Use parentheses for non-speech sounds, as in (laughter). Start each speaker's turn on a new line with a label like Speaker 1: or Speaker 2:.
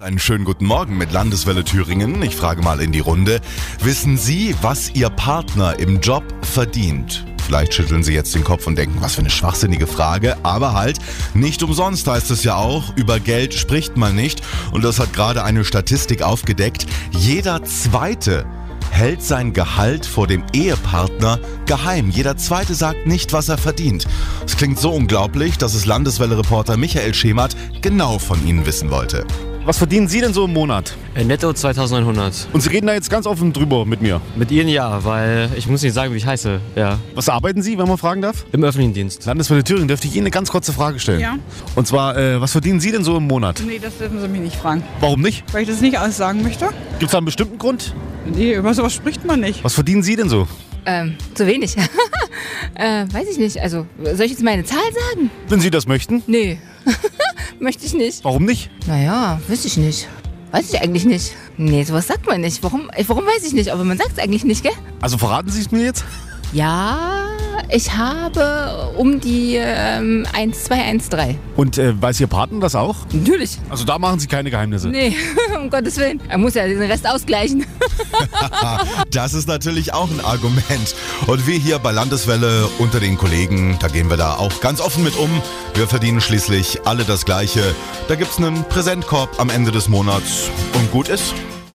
Speaker 1: Einen schönen guten Morgen mit Landeswelle Thüringen. Ich frage mal in die Runde. Wissen Sie, was Ihr Partner im Job verdient? Vielleicht schütteln Sie jetzt den Kopf und denken, was für eine schwachsinnige Frage. Aber halt, nicht umsonst heißt es ja auch, über Geld spricht man nicht. Und das hat gerade eine Statistik aufgedeckt. Jeder Zweite hält sein Gehalt vor dem Ehepartner geheim. Jeder Zweite sagt nicht, was er verdient. Es klingt so unglaublich, dass es Landeswelle-Reporter Michael Schemert genau von Ihnen wissen wollte.
Speaker 2: Was verdienen Sie denn so im Monat?
Speaker 3: Äh, Netto 2900.
Speaker 2: Und Sie reden da jetzt ganz offen drüber mit mir.
Speaker 3: Mit Ihnen ja, weil ich muss nicht sagen, wie ich heiße. Ja.
Speaker 2: Was arbeiten Sie, wenn man fragen darf?
Speaker 3: Im öffentlichen Dienst.
Speaker 2: Landeswelle Thüringen, dürfte ich Ihnen eine ganz kurze Frage stellen?
Speaker 4: Ja.
Speaker 2: Und zwar, äh, was verdienen Sie denn so im Monat?
Speaker 4: Nee, das dürfen Sie mich nicht fragen,
Speaker 2: Warum nicht?
Speaker 4: weil ich das nicht aussagen möchte.
Speaker 2: Gibt es da einen bestimmten Grund?
Speaker 4: Nee, über sowas spricht man nicht.
Speaker 2: Was verdienen Sie denn so?
Speaker 5: Ähm, zu wenig. (laughs) äh, weiß ich nicht. Also, soll ich jetzt meine Zahl sagen?
Speaker 2: Wenn Sie das möchten.
Speaker 5: Nee. (laughs) Möchte ich nicht.
Speaker 2: Warum nicht?
Speaker 5: Naja, wüsste ich nicht. Weiß ich eigentlich nicht. Nee, sowas sagt man nicht. Warum, äh, warum weiß ich nicht? Aber man sagt es eigentlich nicht, gell?
Speaker 2: Also verraten Sie es mir jetzt?
Speaker 5: Ja, ich habe um die ähm, 1213.
Speaker 2: Und äh, weiß Ihr Partner das auch?
Speaker 5: Natürlich.
Speaker 2: Also da machen Sie keine Geheimnisse.
Speaker 5: Nee, (laughs) um Gottes Willen. Er muss ja den Rest ausgleichen.
Speaker 1: Das ist natürlich auch ein Argument. Und wir hier bei Landeswelle unter den Kollegen, da gehen wir da auch ganz offen mit um. Wir verdienen schließlich alle das Gleiche. Da gibt's einen Präsentkorb am Ende des Monats und gut ist.